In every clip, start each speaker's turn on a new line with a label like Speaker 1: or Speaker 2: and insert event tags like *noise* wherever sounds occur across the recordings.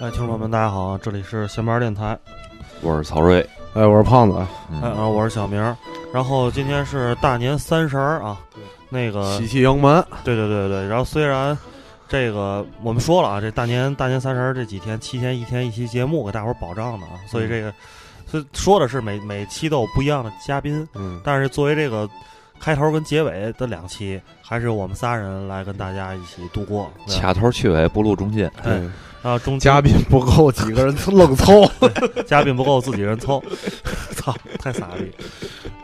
Speaker 1: 哎，听众朋友们，大家好，这里是闲班电台，
Speaker 2: 我是曹睿，
Speaker 3: 哎，我是胖子，
Speaker 1: 哎，
Speaker 2: 嗯，
Speaker 1: 啊，我是小明儿。然后今天是大年三十儿啊，那个，
Speaker 3: 喜气洋满，
Speaker 1: 对对对对。然后虽然这个我们说了啊，这大年大年三十儿这几天，七天一天一期节目给大伙儿保障的啊，所以这个，所以说的是每每期都有不一样的嘉宾，
Speaker 3: 嗯，
Speaker 1: 但是作为这个开头跟结尾的两期，还是我们仨人来跟大家一起度过。对吧
Speaker 2: 卡头去尾不露中间，
Speaker 1: 哎
Speaker 3: 对，
Speaker 1: 然后中间
Speaker 3: *laughs* 嘉宾不够几个人愣凑，
Speaker 1: 嘉宾不够，自己人凑，操， *laughs* 太傻逼。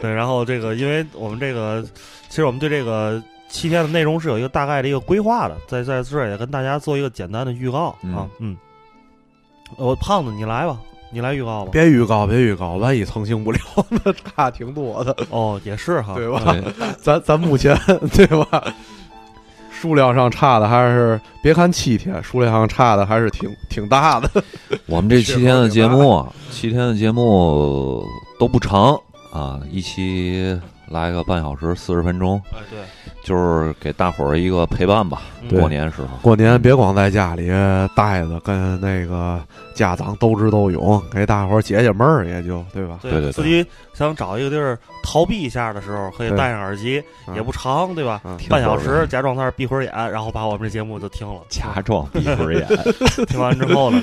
Speaker 1: 对，然后这个，因为我们这个，其实我们对这个七天的内容是有一个大概的一个规划的，在在这儿也跟大家做一个简单的预告、啊，嗯。我、胖子，你来吧，你来预告吧。
Speaker 3: 别预告，别预告，万一成行不了，那 *laughs* 差挺多的，
Speaker 1: 哦，也是哈，
Speaker 3: *laughs* 对
Speaker 2: 对
Speaker 3: 吧？咱咱目前对吧？数量上差的还是别看七天，数量上差的还是挺挺大的。
Speaker 2: 我们这七天的节目啊，七天的节目都不长啊，一期来个半小时四十分钟，
Speaker 1: 哎对，
Speaker 2: 就是给大伙儿一个陪伴吧。
Speaker 1: 嗯
Speaker 2: 过年时候，
Speaker 3: 过年别光在家里待着，跟那个家长斗智斗勇，给大伙儿解解闷儿，也就对吧？
Speaker 1: 对
Speaker 2: 对对对
Speaker 1: 自己想找一个地儿逃避一下的时候，可以
Speaker 3: 对
Speaker 1: 戴上耳机，
Speaker 3: 啊
Speaker 1: 也不长，对吧？
Speaker 3: 嗯
Speaker 2: 听
Speaker 1: 半小
Speaker 2: 会儿
Speaker 1: 时，
Speaker 2: 呗
Speaker 1: 假装在那儿闭会儿眼，然后把我们这节目就听了。
Speaker 2: 假装闭会儿眼，
Speaker 1: 听完之后呢，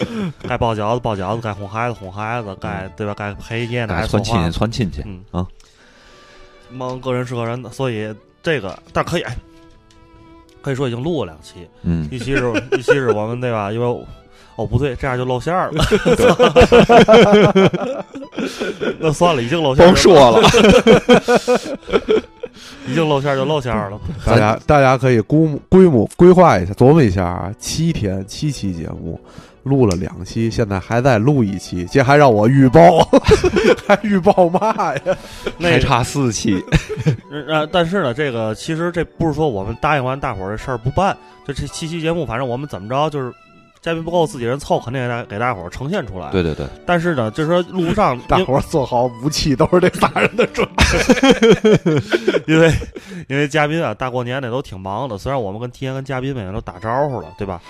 Speaker 1: 该包饺子包饺子，该哄孩子哄孩子，
Speaker 2: 嗯
Speaker 1: 该对吧？该陪爷爷奶
Speaker 2: 哎
Speaker 1: 奶送
Speaker 2: 窜亲
Speaker 1: 话
Speaker 2: 戚，窜亲戚，
Speaker 1: 嗯
Speaker 2: 啊，
Speaker 1: 忙个人是个人的，所以这个但可以，哎可以说已经录了两期，
Speaker 2: 嗯，
Speaker 1: 一
Speaker 2: *laughs*
Speaker 1: 期是一期是我们对吧？因为我哦不对，这样就露馅儿
Speaker 2: *laughs*
Speaker 1: 了， *laughs* 那算了，已经露馅儿就，
Speaker 2: 甭说了，
Speaker 1: 已经露馅儿就露馅儿了。
Speaker 3: 大家大家可以估摸规模规划一下，琢磨一下啊，七天七期节目，录了两期，现在还在录一期，这还让我预报， *laughs* 还预报嘛呀？
Speaker 1: 那
Speaker 2: 还
Speaker 1: 个
Speaker 2: 差四
Speaker 1: *laughs*
Speaker 2: 期，
Speaker 1: 呃，但是呢，这个其实这不是说我们答应完大伙儿这事儿不办，就这七期节目，反正我们怎么着就是。嘉宾不够，自己人凑，肯定给大给大伙儿呈现出来。
Speaker 2: 对，对对，
Speaker 1: 但是呢，就是说录不上，
Speaker 3: *laughs* *laughs* 大伙儿做好武器，都是这仨人的准备。
Speaker 1: 因为因为嘉宾啊，大过年的都挺忙的。虽然我们跟提前跟嘉宾们也都打招呼了，对吧？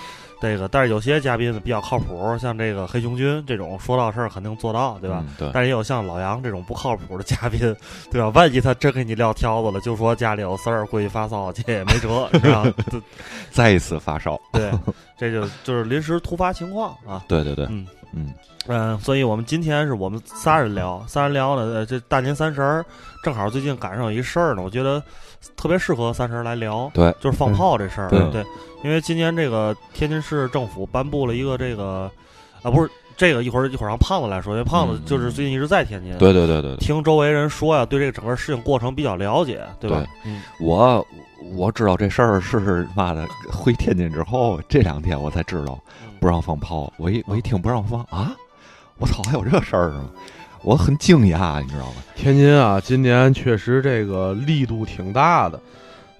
Speaker 1: 这个，但是有些嘉宾呢比较靠谱，像这个黑熊君这种说到事儿肯定做到，对吧？
Speaker 2: 嗯？对，
Speaker 1: 但是也有像老杨这种不靠谱的嘉宾，对吧？万一他真给你撂挑子了，就说家里有事儿，过去发烧，这也没辙，是吧？ *laughs* 对
Speaker 2: 再一次发烧，
Speaker 1: *laughs* 对，这就就是临时突发情况啊。
Speaker 2: 对对对，
Speaker 1: 嗯
Speaker 2: 嗯，
Speaker 1: 嗯，所以我们今天是我们仨人聊，仨人聊呢，呃这大年三十儿，正好最近赶上有一事儿呢，我觉得特别适合三十儿来聊，
Speaker 2: 对，
Speaker 1: 就是放炮这事儿，
Speaker 2: 嗯
Speaker 1: 对，因为今年这个天津市政府颁布了一个这个，啊，不是这个一会儿一会儿让胖子来说，因为胖子
Speaker 2: 嗯
Speaker 1: 就是最近一直在天津，
Speaker 2: 对对对对对，
Speaker 1: 听周围人说呀、对这个整个事情过程比较了解，对吧？嗯，
Speaker 2: 我我知道这事儿是嘛的，回天津之后这两天我才知道不让放炮，我一我一听不让放啊，我操，还有这事儿呢，我很惊讶，你知道吗？
Speaker 3: 天津啊，今年确实这个力度挺大的。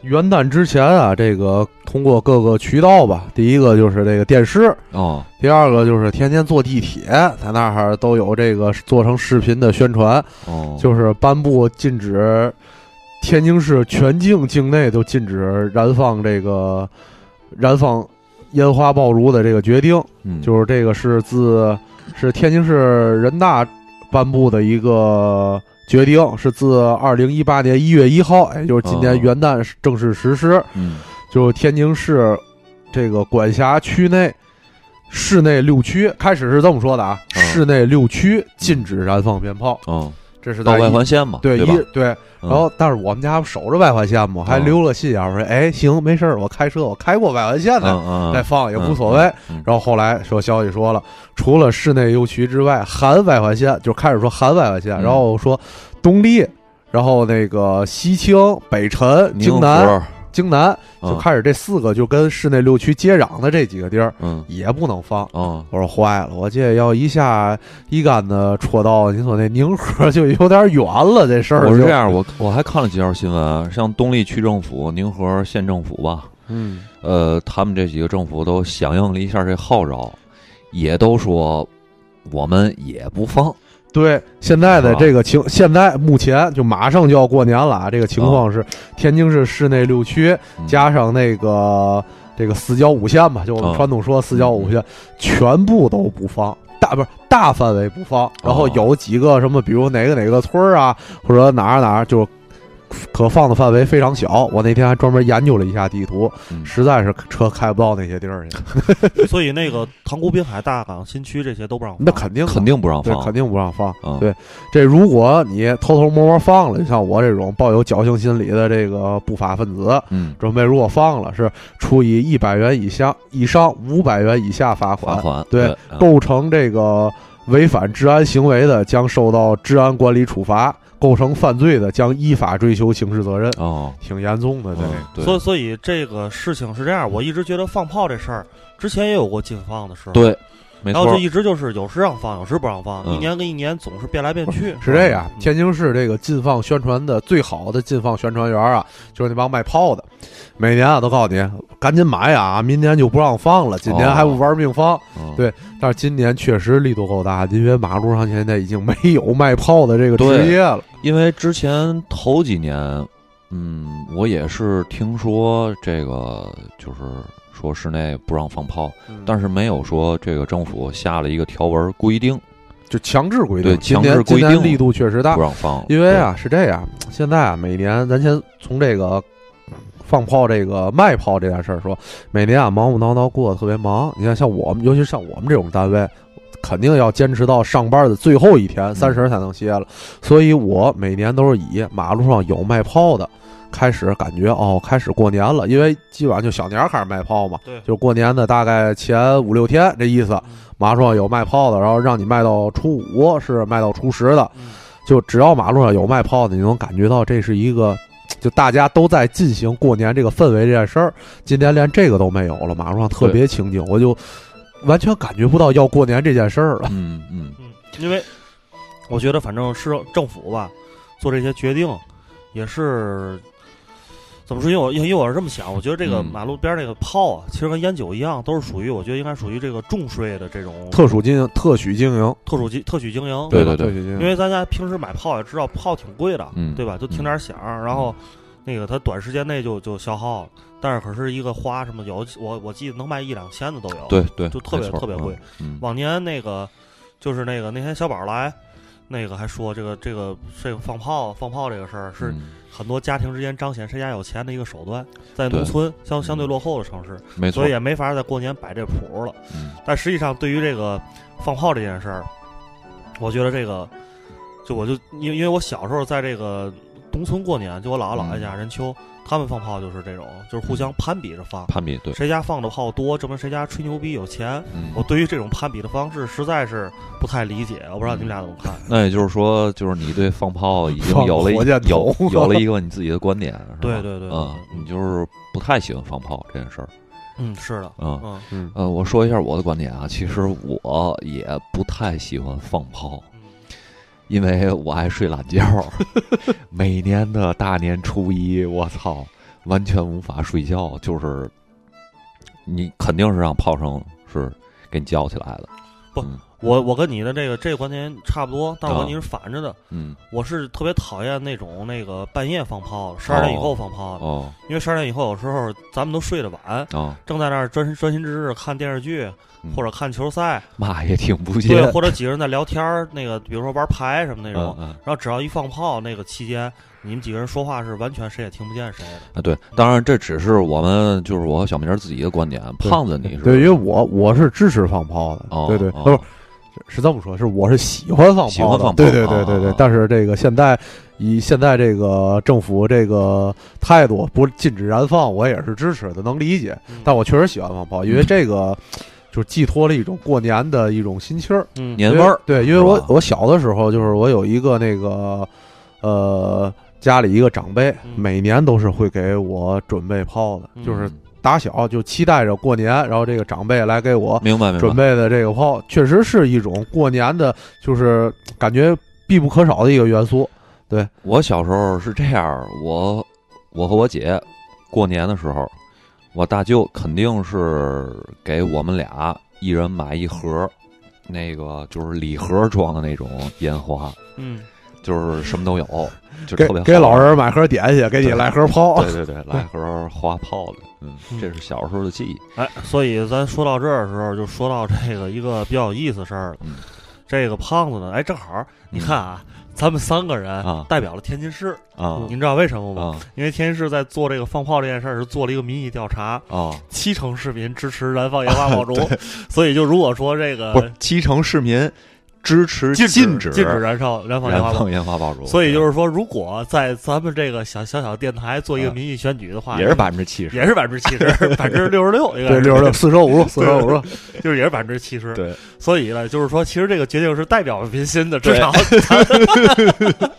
Speaker 3: 元旦之前啊，这个通过各个渠道吧，第一个就是这个电视，
Speaker 2: 哦，
Speaker 3: 第二个就是天天坐地铁，在那儿都有这个做成视频的宣传，
Speaker 2: 哦，
Speaker 3: 就是颁布禁止天津市全境境内都禁止燃放这个燃放烟花爆竹的这个决定，
Speaker 2: 嗯
Speaker 3: 就是这个是自是天津市人大颁布的一个决定，是自二零一八年一月一号，也就是今
Speaker 2: 哦
Speaker 3: 年元旦正式实施。
Speaker 2: 嗯
Speaker 3: 就是天津市这个管辖区内市内六区，开始是这么说的啊，
Speaker 2: 嗯
Speaker 3: 市内六区禁止燃放鞭炮，
Speaker 2: 哦，
Speaker 3: 这是
Speaker 2: 到
Speaker 3: 在
Speaker 2: 外
Speaker 3: 一
Speaker 2: 环线嘛，
Speaker 3: 对
Speaker 2: 吧？
Speaker 3: 一对，
Speaker 2: 嗯
Speaker 3: 然后但是我们家守着外环线嘛，还
Speaker 2: 嗯
Speaker 3: 留了心眼儿说，哎，行，没事儿，我开车我开过外环线的，
Speaker 2: 嗯
Speaker 3: 再
Speaker 2: 嗯，
Speaker 3: 放也无所谓。
Speaker 2: 嗯嗯
Speaker 3: 然后后来说消息说了，除了市内六区之外，含外环线就开始说含外环线，
Speaker 2: 嗯
Speaker 3: 然后说东丽，然后那个西青、北辰、
Speaker 2: 嗯宁
Speaker 3: 京
Speaker 2: 河
Speaker 3: 南、京南。
Speaker 2: 嗯
Speaker 3: 就开始这四个就跟市内六区接壤的这几个地儿
Speaker 2: 嗯
Speaker 3: 也不能放。
Speaker 2: 哦
Speaker 3: 我说坏了，我这要一下一杆子戳到你说那宁河就有点远了，这事儿
Speaker 2: 我是
Speaker 3: 就
Speaker 2: 这，样，我我还看了几条新闻，像东丽区政府、宁河县政府吧，
Speaker 3: 嗯，
Speaker 2: 呃，他们这几个政府都响应了一下这号召，也都说我们也不放。
Speaker 3: 对，现在的这个情，现在目前就马上就要过年了啊，这个情况是天津市市内六区
Speaker 2: 嗯
Speaker 3: 加上那个这个四郊五县吧，就我们
Speaker 2: 啊
Speaker 3: 传统说四郊五县，全部都不放，大不是大范围不放，然后
Speaker 2: 哦
Speaker 3: 有几个什么，比如哪个哪个村儿啊，或者哪儿哪儿，就是可放的范围非常小。我那天还专门研究了一下地图，
Speaker 2: 嗯
Speaker 3: 实在是车开不到那些地儿去，
Speaker 1: 所以那个塘沽滨海、大港新区这些都不让放。
Speaker 3: 那肯定的
Speaker 2: 哦肯定不让
Speaker 3: 对
Speaker 2: 放，
Speaker 3: 肯定不让放。
Speaker 2: 嗯
Speaker 3: 对这如果你偷偷摸摸放了，就像我这种抱有侥幸心理的这个不法分子，
Speaker 2: 嗯，
Speaker 3: 准备如果放了，是处以一百元以下以上五百元以下罚
Speaker 2: 罚
Speaker 3: 款，
Speaker 2: 款
Speaker 3: 对
Speaker 2: 嗯
Speaker 3: 构成这个违反治安行为的，将受到治安管理处罚；构成犯罪的，将依法追究刑事责任。
Speaker 2: 哦，
Speaker 3: 挺严重的，这个
Speaker 2: 嗯对
Speaker 1: 所以所以这个事情是这样，我一直觉得放炮这事儿之前也有过禁放的时候，，
Speaker 2: 对，没
Speaker 1: 然后就
Speaker 2: 错，
Speaker 1: 一直就是有时让放，有时不让放，
Speaker 2: 嗯
Speaker 1: 一年跟一年总是变来变去。
Speaker 3: 是这样
Speaker 1: 嗯，
Speaker 3: 天津市这个禁放宣传的最好的禁放宣传员啊，就是那帮卖炮的，每年啊都告诉你赶紧买啊，明年就不让放了，
Speaker 2: 哦
Speaker 3: 今年还不玩命放。
Speaker 2: 嗯
Speaker 3: 对但是今年确实力度够大，因为马路上现在已经没有卖炮的这个职业了。
Speaker 2: 因为之前头几年，嗯，我也是听说这个，就是说室内不让放炮，但
Speaker 3: 是
Speaker 2: 是没有说这个政府下了一个条文规定
Speaker 3: 就强制规
Speaker 2: 对
Speaker 3: 定，今
Speaker 2: 强制
Speaker 3: 年
Speaker 2: 规定
Speaker 3: 今年力度确实大
Speaker 2: 不，让放，
Speaker 3: 啊因为啊是这样，现在啊每年咱先从这个。放炮这个卖炮这件事儿说，每年啊忙忙叨叨过得特别忙。你看，像我们，尤其是像我们这种单位，肯定要坚持到上班的最后一天，三十儿才能歇了。所以我每年都是以马路上有卖炮的开始，感觉哦，开始过年了，因为基本上就小年儿开始卖炮嘛，
Speaker 1: 嗯对
Speaker 3: 就过年的大概前五六天这意思。马路上有卖炮的，然后让你卖到初五，是卖到初十的，
Speaker 1: 嗯
Speaker 3: 就只要马路上有卖炮的，你能感觉到这是一个，就大家都在进行过年这个氛围这件事儿。今年连这个都没有了，马路上特别清静，我就完全感觉不到要过年这件事儿了。
Speaker 2: 嗯嗯，
Speaker 1: 嗯，因为我觉得反正是政府吧做这些决定也是。怎么说？因为我因为我是这么想，我觉得这个
Speaker 2: 嗯
Speaker 1: 马路边儿那个炮啊，其实跟烟酒一样，都是属于我觉得应该属于这个重税的这种
Speaker 3: 特属经营，特许经营，
Speaker 1: 特属经特许经营。
Speaker 2: 对对
Speaker 3: 特许经
Speaker 1: 因
Speaker 3: 营，
Speaker 1: 为咱家平时买炮也知道炮挺贵的，
Speaker 2: 嗯
Speaker 1: 对吧？就听点响，然后那个它短时间内就就消耗了，但是可是一个花什么有，我我记得能卖一两千的都有。，
Speaker 2: 对对，
Speaker 1: 就特别
Speaker 2: 没错
Speaker 1: 特别贵，
Speaker 2: 嗯，嗯
Speaker 1: 往年那个就是那个那天小宝来。那个还说这个这个这个放炮放炮这个事儿是
Speaker 2: 嗯
Speaker 1: 很多家庭之间彰显谁家有钱的一个手段，在
Speaker 2: 对嗯
Speaker 1: 农村相相对落后的城市，
Speaker 2: 没错
Speaker 1: 所以，也没法在过年摆这谱了。
Speaker 2: 嗯
Speaker 1: 但实际上，对于这个放炮这件事儿，我觉得这个，就我就因为因为我小时候在这个东村过年，就我姥姥姥爷家人丘，他们放炮就是这种，就是互相攀比着放，
Speaker 2: 攀比对，
Speaker 1: 谁家放的炮多，证明谁家吹牛逼有钱。
Speaker 2: 嗯
Speaker 1: 我对于这种攀比的方式实在是不太理解，我不知道你们俩怎么看。
Speaker 2: 那也就是说，就是你对放炮已经
Speaker 3: 放
Speaker 2: 有了一
Speaker 3: 火箭
Speaker 2: 有
Speaker 3: *laughs* 筒
Speaker 2: 有了一个你自己的观点，是吧
Speaker 1: 对对对对
Speaker 2: 啊，
Speaker 1: 嗯
Speaker 2: 你就是不太喜欢放炮这件事儿
Speaker 1: 嗯，是的，
Speaker 2: 啊。
Speaker 1: 嗯
Speaker 3: 嗯，
Speaker 2: 呃，我说一下我的观点啊，其实我也不太喜欢放炮，
Speaker 1: 嗯
Speaker 2: 因为我爱睡懒觉。 *laughs* 每年的大年初一，我操，完全无法睡觉，就是你肯定是让炮声是给你叫起来的。
Speaker 1: 不
Speaker 2: 嗯
Speaker 1: 我我跟你的这个这个观点差不多，但我
Speaker 2: 啊
Speaker 1: 跟你是反着的。
Speaker 2: 嗯
Speaker 1: 我是特别讨厌那种那个半夜放炮，十二点以后放炮的。
Speaker 2: 哦
Speaker 1: 因为十二点以后，有时候咱们都睡得晚，
Speaker 2: 哦，
Speaker 1: 正在那儿专专心致志看电视剧
Speaker 2: 嗯
Speaker 1: 或者看球赛，
Speaker 2: 嘛也挺不接
Speaker 1: 对，。或者几个人在聊天儿，那个比如说玩牌什么那
Speaker 2: 嗯
Speaker 1: 种。
Speaker 2: 嗯
Speaker 1: 然后只要一放炮，那个期间你们几个人说话是完全谁也听不见谁的。
Speaker 2: 啊，对，当然这只是我们就是我和小明儿自己的观点，胖子你是
Speaker 3: 对，因为我我是支持放炮的，
Speaker 2: 哦
Speaker 3: 对对，
Speaker 2: 哦
Speaker 3: 不是是这么说，是我是喜欢放炮的，
Speaker 2: 喜欢放炮
Speaker 3: 对对对对对。
Speaker 2: 啊
Speaker 3: 但是这个现在以现在这个政府这个态度，不禁止燃放，我也是支持的，能理解。但我确实喜欢放炮，因
Speaker 2: 嗯
Speaker 3: 为这个就是寄托了一种过年的一种心气儿。
Speaker 1: 嗯，
Speaker 2: 年味儿，
Speaker 3: 对，因为我
Speaker 2: 是吧
Speaker 3: 我小的时候，就是我有一个那个，呃，家里一个长辈，
Speaker 1: 嗯
Speaker 3: 每年都是会给我准备炮的，就是
Speaker 2: 嗯
Speaker 3: 打小就期待着过年，然后这个长辈来给我
Speaker 2: 明白明白，
Speaker 3: 准备的这个炮，确实是一种过年的，就是感觉必不可少的一个元素。
Speaker 2: 我小时候是这样儿，我我和我姐过年的时候，我大舅肯定是给我们俩一人买一盒儿，那个就是礼盒装的那种烟花，
Speaker 1: 嗯，
Speaker 2: 就是什么都有，就
Speaker 3: 给
Speaker 2: 特别
Speaker 3: 给
Speaker 2: 好玩
Speaker 3: 老人买盒点心，给你
Speaker 2: 对
Speaker 3: 来盒泡。
Speaker 2: 对对对，来盒花炮的，嗯，这是小时候的记忆。
Speaker 1: 哎，所以咱说到这儿的时候，就说到这个一个比较有意思的事儿了。
Speaker 2: 嗯
Speaker 1: 这个胖子呢，哎，正好你看啊，咱们三个人
Speaker 2: 啊
Speaker 1: 代表了天津市，
Speaker 2: 啊
Speaker 1: 您知道为什么吗？
Speaker 2: 啊
Speaker 1: 因为天津市在做这个放炮这件事儿是做了一个民意调查，
Speaker 2: 啊！
Speaker 1: 七成市民支持燃放
Speaker 2: *laughs*
Speaker 1: 烟花爆竹，所以就如果说这个
Speaker 2: 不是七成市民支持
Speaker 1: 禁
Speaker 2: 止
Speaker 1: 禁止燃烧燃放烟
Speaker 2: 燃
Speaker 1: 花爆竹。
Speaker 2: 放烟花爆竹，
Speaker 1: 所以就是说，如果在咱们这个小小小电台做一个
Speaker 2: 嗯
Speaker 1: 民意选举的话，
Speaker 2: 也是百分之
Speaker 1: *laughs*
Speaker 2: 七十，
Speaker 1: 也是百分之七
Speaker 2: *laughs*
Speaker 1: 十，百分之六十六，应该
Speaker 3: *laughs* 对，
Speaker 1: 是
Speaker 3: 六十六，四舍五入，四舍五入，
Speaker 1: 就是也是百分之七十。
Speaker 2: 对，
Speaker 1: 所以呢，就是说，其实这个决定是代表民心的，至
Speaker 2: 对 *laughs*
Speaker 1: 少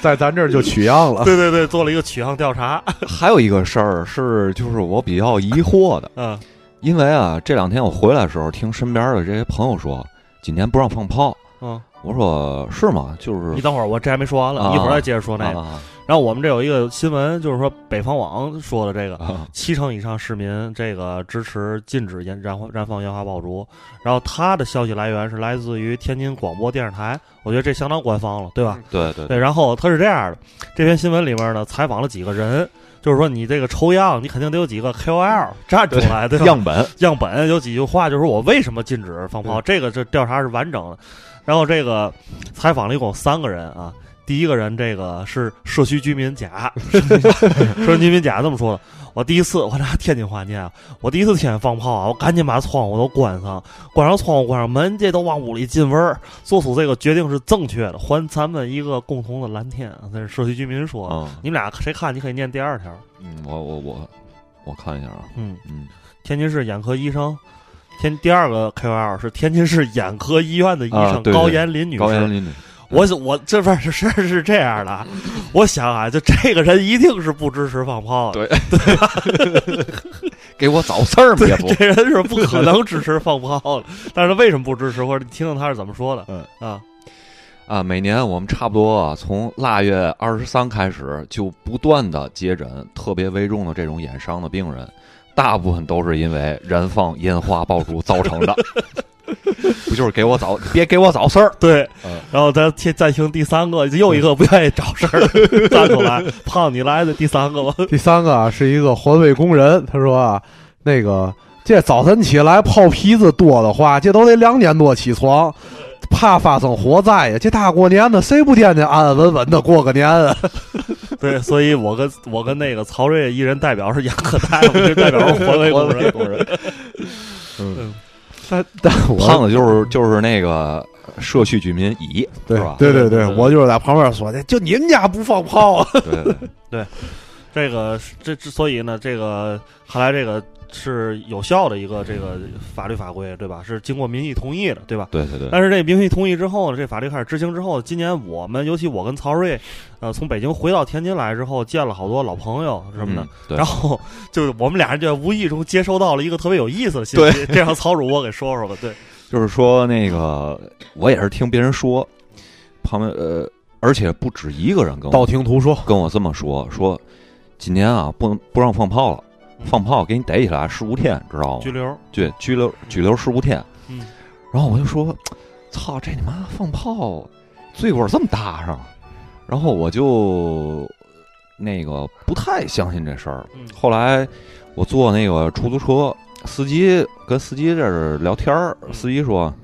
Speaker 3: 在咱这儿就取样
Speaker 2: *laughs*
Speaker 3: 了。
Speaker 1: 对对对，做了一个取样调查。
Speaker 2: 还有一个事儿是，就是我比较疑惑的，
Speaker 1: 嗯
Speaker 2: 因为啊，这两天我回来的时候，听身边的这些朋友说，今年不让放炮。
Speaker 1: 嗯，
Speaker 2: 我说是吗？就是
Speaker 1: 你等会儿，我这还没说完了，
Speaker 2: 啊
Speaker 1: 一会儿再接着说那个。
Speaker 2: 啊
Speaker 1: 然后我们这有一个新闻，就是说北方网说的这个。
Speaker 2: 啊
Speaker 1: 七成以上市民这个支持禁止烟燃燃放烟花爆竹，然后他的消息来源是来自于天津广播电视台，我觉得这相当官方了，对吧？
Speaker 2: 对对
Speaker 1: 对，然后他是这样的，这篇新闻里面呢采访了几个人，就是说你这个抽样，你肯定得有几个 KOL 站出来，对吧？
Speaker 2: 样本
Speaker 1: 样本有几句话，就是我为什么禁止放炮，这个这调查是完整的。然后这个采访了一共三个人啊，第一个人这个是社区居民甲，社区居民甲这么说的。我第一次，我拿天津话念啊，我第一次听见放炮啊，我赶紧把窗户都关上，关上窗户，关上门，这都往屋里进味儿。做出这个决定是正确的，还咱们一个共同的蓝天。啊这是社区居民说的。
Speaker 2: 啊，
Speaker 1: 你们俩谁看？你可以念第二条。
Speaker 2: 嗯，我我我我看一下啊，
Speaker 1: 嗯，
Speaker 2: 嗯，
Speaker 1: 天津市眼科医生，天第二个 KOL 是天津市眼科医院的医
Speaker 2: 啊
Speaker 1: 生、
Speaker 2: 对对
Speaker 1: 高延林女
Speaker 2: 高
Speaker 1: 士
Speaker 2: 延。林女士，
Speaker 1: 我我这边是事儿是这样的啊，我想啊，就这个人一定是不支持放炮的，
Speaker 2: 给我找事
Speaker 1: *laughs*
Speaker 2: 儿别不
Speaker 1: 这人是不可能支持放炮的。但是他为什么不支持？或者你听听他是怎么说的？
Speaker 2: 嗯
Speaker 1: 啊，
Speaker 2: 啊，每年我们差不多啊，从腊月二十三开始就不断的接诊特别危重的这种眼伤的病人，大部分都是因为燃放烟花爆竹造成的。 *laughs* 不就是给我找别给我找
Speaker 1: *laughs*
Speaker 2: 事儿？
Speaker 1: 对
Speaker 2: 嗯，
Speaker 1: 然后咱听再听第三个，又一个不愿意找事儿
Speaker 2: *laughs*
Speaker 1: 的站出来，胖你来的第三个吧，
Speaker 3: 第三个啊，是一个环卫工人，他说啊，那个这早晨起来泡皮子多的话，这都得两点多起床，怕发生火灾呀。这大过年的，谁不惦记安安稳稳的过个年啊？
Speaker 1: 对，所以我跟我跟那个曹睿一人代表是眼科大夫，一人代表是环卫
Speaker 2: *laughs*
Speaker 1: 工人。
Speaker 2: 工人，
Speaker 1: *laughs*
Speaker 2: 嗯，
Speaker 3: 但但我
Speaker 2: 胖子就是就是那个社区居民乙，
Speaker 3: 对
Speaker 2: 是吧？
Speaker 3: 对对
Speaker 1: 对
Speaker 3: 对，
Speaker 1: 对
Speaker 3: 我就是在旁边说的，就你们家不放炮啊？
Speaker 2: 对对对，
Speaker 1: 这个是这之所以呢，这个看来这个是有效的一个这个法律法规，对吧？是经过民意同意的，对吧？
Speaker 2: 对对对，
Speaker 1: *laughs* 但是这民意同意之后呢，这法律开始执行之后，今年我们尤其我跟曹睿，呃，从北京回到天津来之后，见了好多老朋友什么的，
Speaker 2: 嗯？对
Speaker 1: 然，后就是我们俩人就无意中接收到了一个特别有意思的信息，这让曹主播给说说吧。对，
Speaker 2: 就是说那个我也是听别人说，旁边呃，而且不止一个人跟我
Speaker 3: 道听途说，
Speaker 2: 跟我这么说，说今年啊不能不让放炮了，放炮给你逮起来十五天，知道吗
Speaker 1: 嗯拘？留，
Speaker 2: 对，拘留拘留十五天。
Speaker 1: 嗯，
Speaker 2: 然后我就说，操，这你妈放炮罪过这么大上，然后我就那个不太相信这事儿。
Speaker 1: 嗯
Speaker 2: 后来我坐那个出租车，司机跟司机这儿聊天儿，
Speaker 1: 嗯
Speaker 2: 司机说。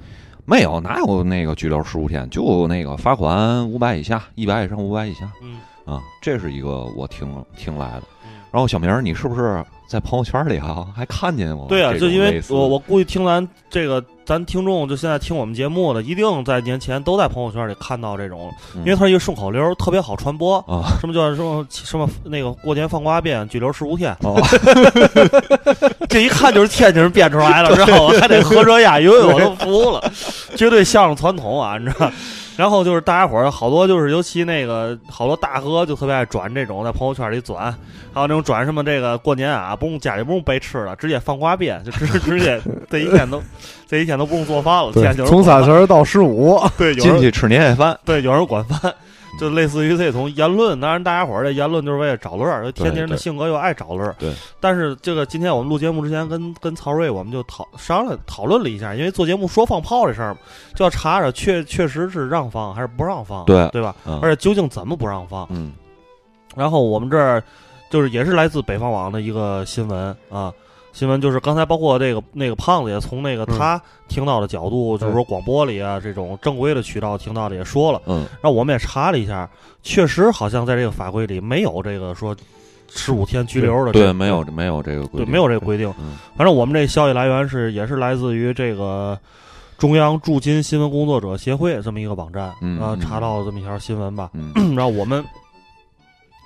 Speaker 2: 没有，哪有那个拘留十五天，就那个罚款五百以下，一百以上五百以下。
Speaker 1: 嗯
Speaker 2: 啊，这是一个我听听来的。
Speaker 1: 嗯。
Speaker 2: 然后小明儿，你是不是在朋友圈里啊还看见我？
Speaker 1: 对啊，
Speaker 2: 这
Speaker 1: 就
Speaker 2: 种
Speaker 1: 因为
Speaker 2: 类似
Speaker 1: 我我估计听咱这个咱听众就现在听我们节目的，一定在年前都在朋友圈里看到这种，
Speaker 2: 嗯
Speaker 1: 因为它是一个顺口溜，特别好传播。
Speaker 2: 啊，
Speaker 1: 什么叫什么什么那个过年放瓜变，拘留十五天，
Speaker 2: 哦
Speaker 1: *laughs* 这一看就是天津人编出来了，知道吗？还得合辙押韵，我都服了，绝对相声传统啊，你知道。然后就是大家伙儿好多就是，尤其那个好多大哥就特别爱转这种，在朋友圈里转，还有那种转什么这个过年啊，不用家里不用备吃了，直接放瓜变，就直 *laughs* 直接这一天都这一天都不用做饭了，天
Speaker 3: 对
Speaker 1: 天就，是
Speaker 3: 从三十到十五，
Speaker 1: *laughs* 对有啊
Speaker 2: 进
Speaker 1: 人
Speaker 2: 去吃年夜饭，
Speaker 1: 对有人管饭。就类似于这种言论。当然，大家伙儿这言论就是为了找乐儿，就天津人的
Speaker 2: 对
Speaker 1: 性格又爱找乐儿。
Speaker 2: 对。
Speaker 1: 但是这个今天我们录节目之前跟，跟曹睿我们就讨商量讨论了一下，因为做节目说放炮这事儿嘛，就要查查确确实是让放还是不让放，
Speaker 2: 对
Speaker 1: 对吧？
Speaker 2: 嗯
Speaker 1: 而且究竟怎么不让放？
Speaker 2: 嗯
Speaker 1: 然后我们这儿就是也是来自北方网的一个新闻啊，新闻就是刚才包括这个那个胖子也从那个
Speaker 3: 嗯
Speaker 1: 他听到的角度，就是说广播里啊这种正规的渠道听到的也说了，
Speaker 2: 嗯，
Speaker 1: 然后我们也查了一下，确实好像在这个法规里没有这个说十五天拘留的这，
Speaker 2: 对，没有没有这个规
Speaker 1: 嗯对
Speaker 2: 定，
Speaker 1: 没有这个规定。
Speaker 2: 嗯
Speaker 1: 反正我们这消息来源是也是来自于这个。中央驻津新闻工作者协会这么一个网站，
Speaker 2: 嗯
Speaker 1: 啊，
Speaker 2: 嗯
Speaker 1: 查到了这么一条新闻吧，
Speaker 2: 嗯
Speaker 1: 然后我们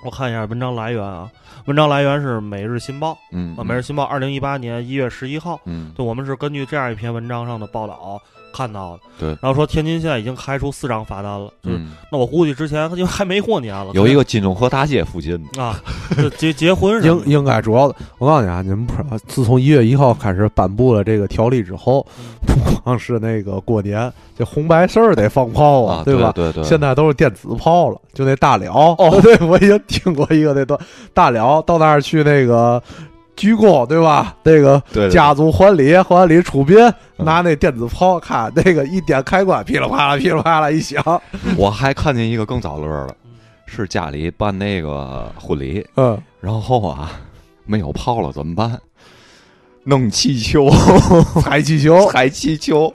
Speaker 1: 我看一下文章来源啊，文章来源是《每日新报》
Speaker 2: 嗯
Speaker 1: 啊，《每日新报》二零一八年一月十一号。
Speaker 2: 嗯
Speaker 1: 对，我们是根据这样一篇文章上的报道看到的。
Speaker 2: 对
Speaker 1: 然后说天津现在已经开出四张罚单了，就是、
Speaker 2: 嗯，
Speaker 1: 那我估计之前因为还没过年了，
Speaker 2: 有一个金钟河大街附近的，
Speaker 1: 可能啊，就结结婚什么
Speaker 3: 应
Speaker 1: 的
Speaker 3: 应该主要的，我告诉你啊，你们不知道，自从一月一号开始颁布了这个条例之后，不光是那个过年，这红白事儿得放
Speaker 1: 哦
Speaker 3: 炮
Speaker 2: 啊，
Speaker 3: 对吧？
Speaker 2: 对对，
Speaker 3: 现在都是电子炮了，就那大辽哦， *laughs* 对我已经听过一个那段大辽到那儿去那个鞠躬，对吧？那个
Speaker 2: 对
Speaker 3: 家族婚礼，婚完礼出殡，
Speaker 2: 嗯
Speaker 3: 拿那电子炮，咔，那个一点开关，噼里啪啦，噼里啪啦一响，
Speaker 2: 嗯我还看见一个更早乐了
Speaker 1: 嗯，
Speaker 2: 是家里办那个婚礼，
Speaker 3: 嗯，
Speaker 2: 然后啊没有炮了怎么办？弄气球，
Speaker 3: 踩气
Speaker 2: *laughs*
Speaker 3: 球，
Speaker 2: 踩气球，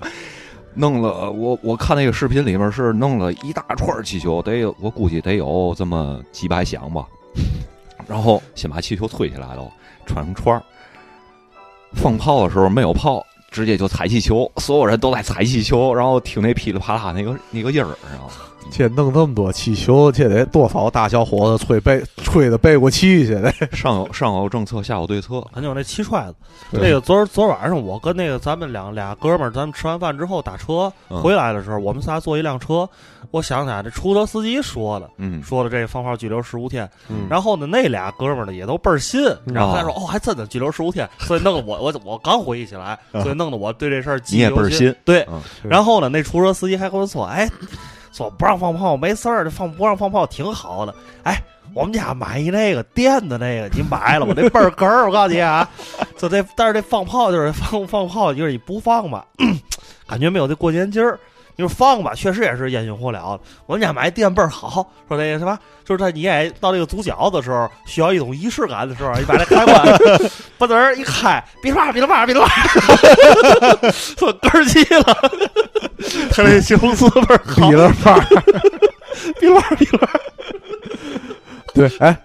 Speaker 2: 弄了我我看那个视频里面是弄了一大串气球，得有我估计得有这么几百响吧。然后先把气球推起来了，串成串儿。放炮的时候没有炮，直接就踩气球，所有人都在踩气球，然后听那噼里啪啦那个那个音儿，然后
Speaker 3: 且弄这么多气球，且得多少大小伙子吹背吹的背过气去的，
Speaker 2: 上有上有政策，下有对策。
Speaker 1: 很久那七踹子，
Speaker 2: 对
Speaker 3: *laughs*
Speaker 1: 那个昨儿昨儿晚上我跟那个咱们两俩哥们儿，咱们吃完饭之后打车
Speaker 2: 嗯
Speaker 1: 回来的时候，我们仨坐一辆车，我想起来这出租车司机说的， *laughs*
Speaker 2: 嗯，
Speaker 1: 说的这放炮拘留十五天，
Speaker 3: 嗯
Speaker 1: 然后呢，那俩哥们儿呢也都倍儿新，
Speaker 2: 嗯
Speaker 1: 然后他说哦，还真的拘留十五
Speaker 2: *laughs*
Speaker 1: 天，所以弄得我我我刚回忆起来，
Speaker 2: 啊
Speaker 1: 所以弄得我对这事儿记忆
Speaker 2: 你也
Speaker 1: 犹
Speaker 2: 倍儿新，
Speaker 1: 对
Speaker 2: 嗯，
Speaker 1: 然后呢，那出租车司机还跟我说，哎，说不让放炮没事儿，这放不让放炮挺好的，哎。我们家买一那个电的那个，你买了
Speaker 2: *laughs*
Speaker 1: 吗？那倍儿哏儿，我告诉你啊， *laughs* 就这，但是这放炮就是放放炮，就是你不放吧， *coughs* 感觉没有这过年劲儿。你说放吧，确实也是烟熏火燎的。我们家买电倍儿好，说那个什么，就是在你也到这个煮饺子的时候，需要一种仪式感的时候，你把这开关 *laughs* 不得儿一开，噼里啪啦噼里啪啦噼里啪啦， *laughs* 说根儿急了，他这形容词倍儿好 *laughs*
Speaker 3: 噼，里啪啦，
Speaker 1: 噼里啪啦噼里啪啦， *laughs*
Speaker 3: 对，哎，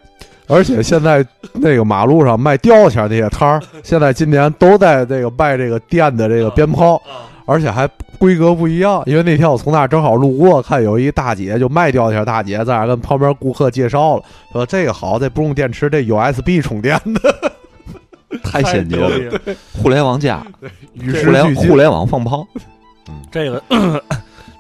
Speaker 3: 而且现在那个马路上卖吊钱那些摊儿，现在今年都在这个卖这个电的这个鞭炮，
Speaker 1: 啊
Speaker 3: 而且还规格不一样。因为那天我从那儿正好路过，看有一大姐就卖吊钱大姐在那儿跟旁边顾客介绍了，说这个好，这不用电池，这 USB 充电的，
Speaker 2: *laughs* 太先进
Speaker 1: 牛
Speaker 2: 了，
Speaker 1: 逼了。
Speaker 2: 互联网加，
Speaker 3: 与
Speaker 1: 这
Speaker 2: 互
Speaker 3: 时
Speaker 2: 联
Speaker 3: 俱进
Speaker 2: 互。联网放炮，
Speaker 1: 这个 *coughs*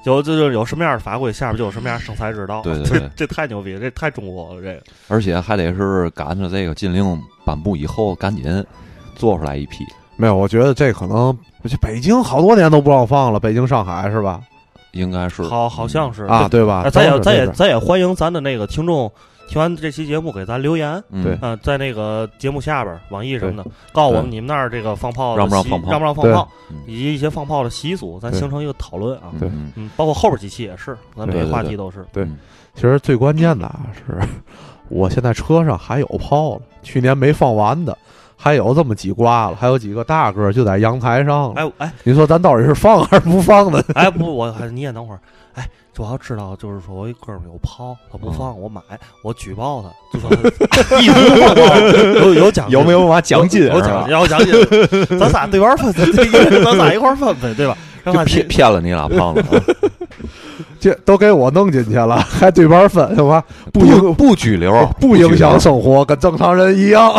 Speaker 1: 有这就是有什么样的法规，下边就有什么样的生财之道。
Speaker 2: 对对对
Speaker 1: 这这太牛逼，这太中国了，这个
Speaker 2: 而且还得是赶着这个禁令颁布以后，赶紧做出来一批，
Speaker 3: 没有，我觉得这可能，这北京好多年都不让放了，北京、上海是吧？
Speaker 2: 应该是嗯
Speaker 1: 好好像是
Speaker 3: 啊，，对吧
Speaker 1: 哎？咱
Speaker 3: 都
Speaker 1: 也
Speaker 3: 是
Speaker 1: 咱
Speaker 3: 这
Speaker 1: 也
Speaker 3: 边
Speaker 1: 咱也欢迎咱的那个听众听完这期节目给咱留言啊、
Speaker 2: 嗯
Speaker 3: 对
Speaker 1: 呃在那个节目下边儿网易什么的，告诉我们你们那儿这个放炮的
Speaker 2: 让不让
Speaker 1: 习
Speaker 2: 放炮
Speaker 1: 让不让放
Speaker 3: 对
Speaker 1: 炮
Speaker 2: 嗯，
Speaker 1: 以及一些放炮的习俗，咱
Speaker 3: 对
Speaker 1: 形成一个讨论啊。
Speaker 3: 对
Speaker 2: 嗯
Speaker 1: 嗯，包括后边几期也是，咱每
Speaker 2: 对
Speaker 1: 个
Speaker 2: 对
Speaker 1: 话
Speaker 2: 对
Speaker 1: 题都是。
Speaker 3: 其实最关键的啊是， *laughs* 我现在车上还有炮了，去年没放完的，还有这么几挂了，还有几个大个儿就在阳台
Speaker 2: 嗯
Speaker 3: 上了。
Speaker 1: 哎哎
Speaker 3: 您说咱到底是放还是不放呢？
Speaker 1: 哎，不，我还你也等会儿。哎，主要知道就是说，我一哥们儿有炮，他
Speaker 2: 嗯
Speaker 1: 不放，我买，我举报他，就说
Speaker 2: *laughs*
Speaker 1: 他意图放炮，有有奖金，
Speaker 2: 有没
Speaker 1: 有
Speaker 2: 有把奖金？
Speaker 3: 啊
Speaker 1: 有奖金，有奖金，咱仨对半分，咱咱仨一块儿分呗， *laughs* 对吧？让
Speaker 2: 就
Speaker 1: 他
Speaker 2: 骗骗了你俩胖子
Speaker 1: *laughs*
Speaker 2: 啊，
Speaker 3: 这都给我弄进去了，还对半分，行吧？不影
Speaker 2: 不拘留，
Speaker 3: 不影响
Speaker 2: 拘
Speaker 3: 生活，跟正常人一样。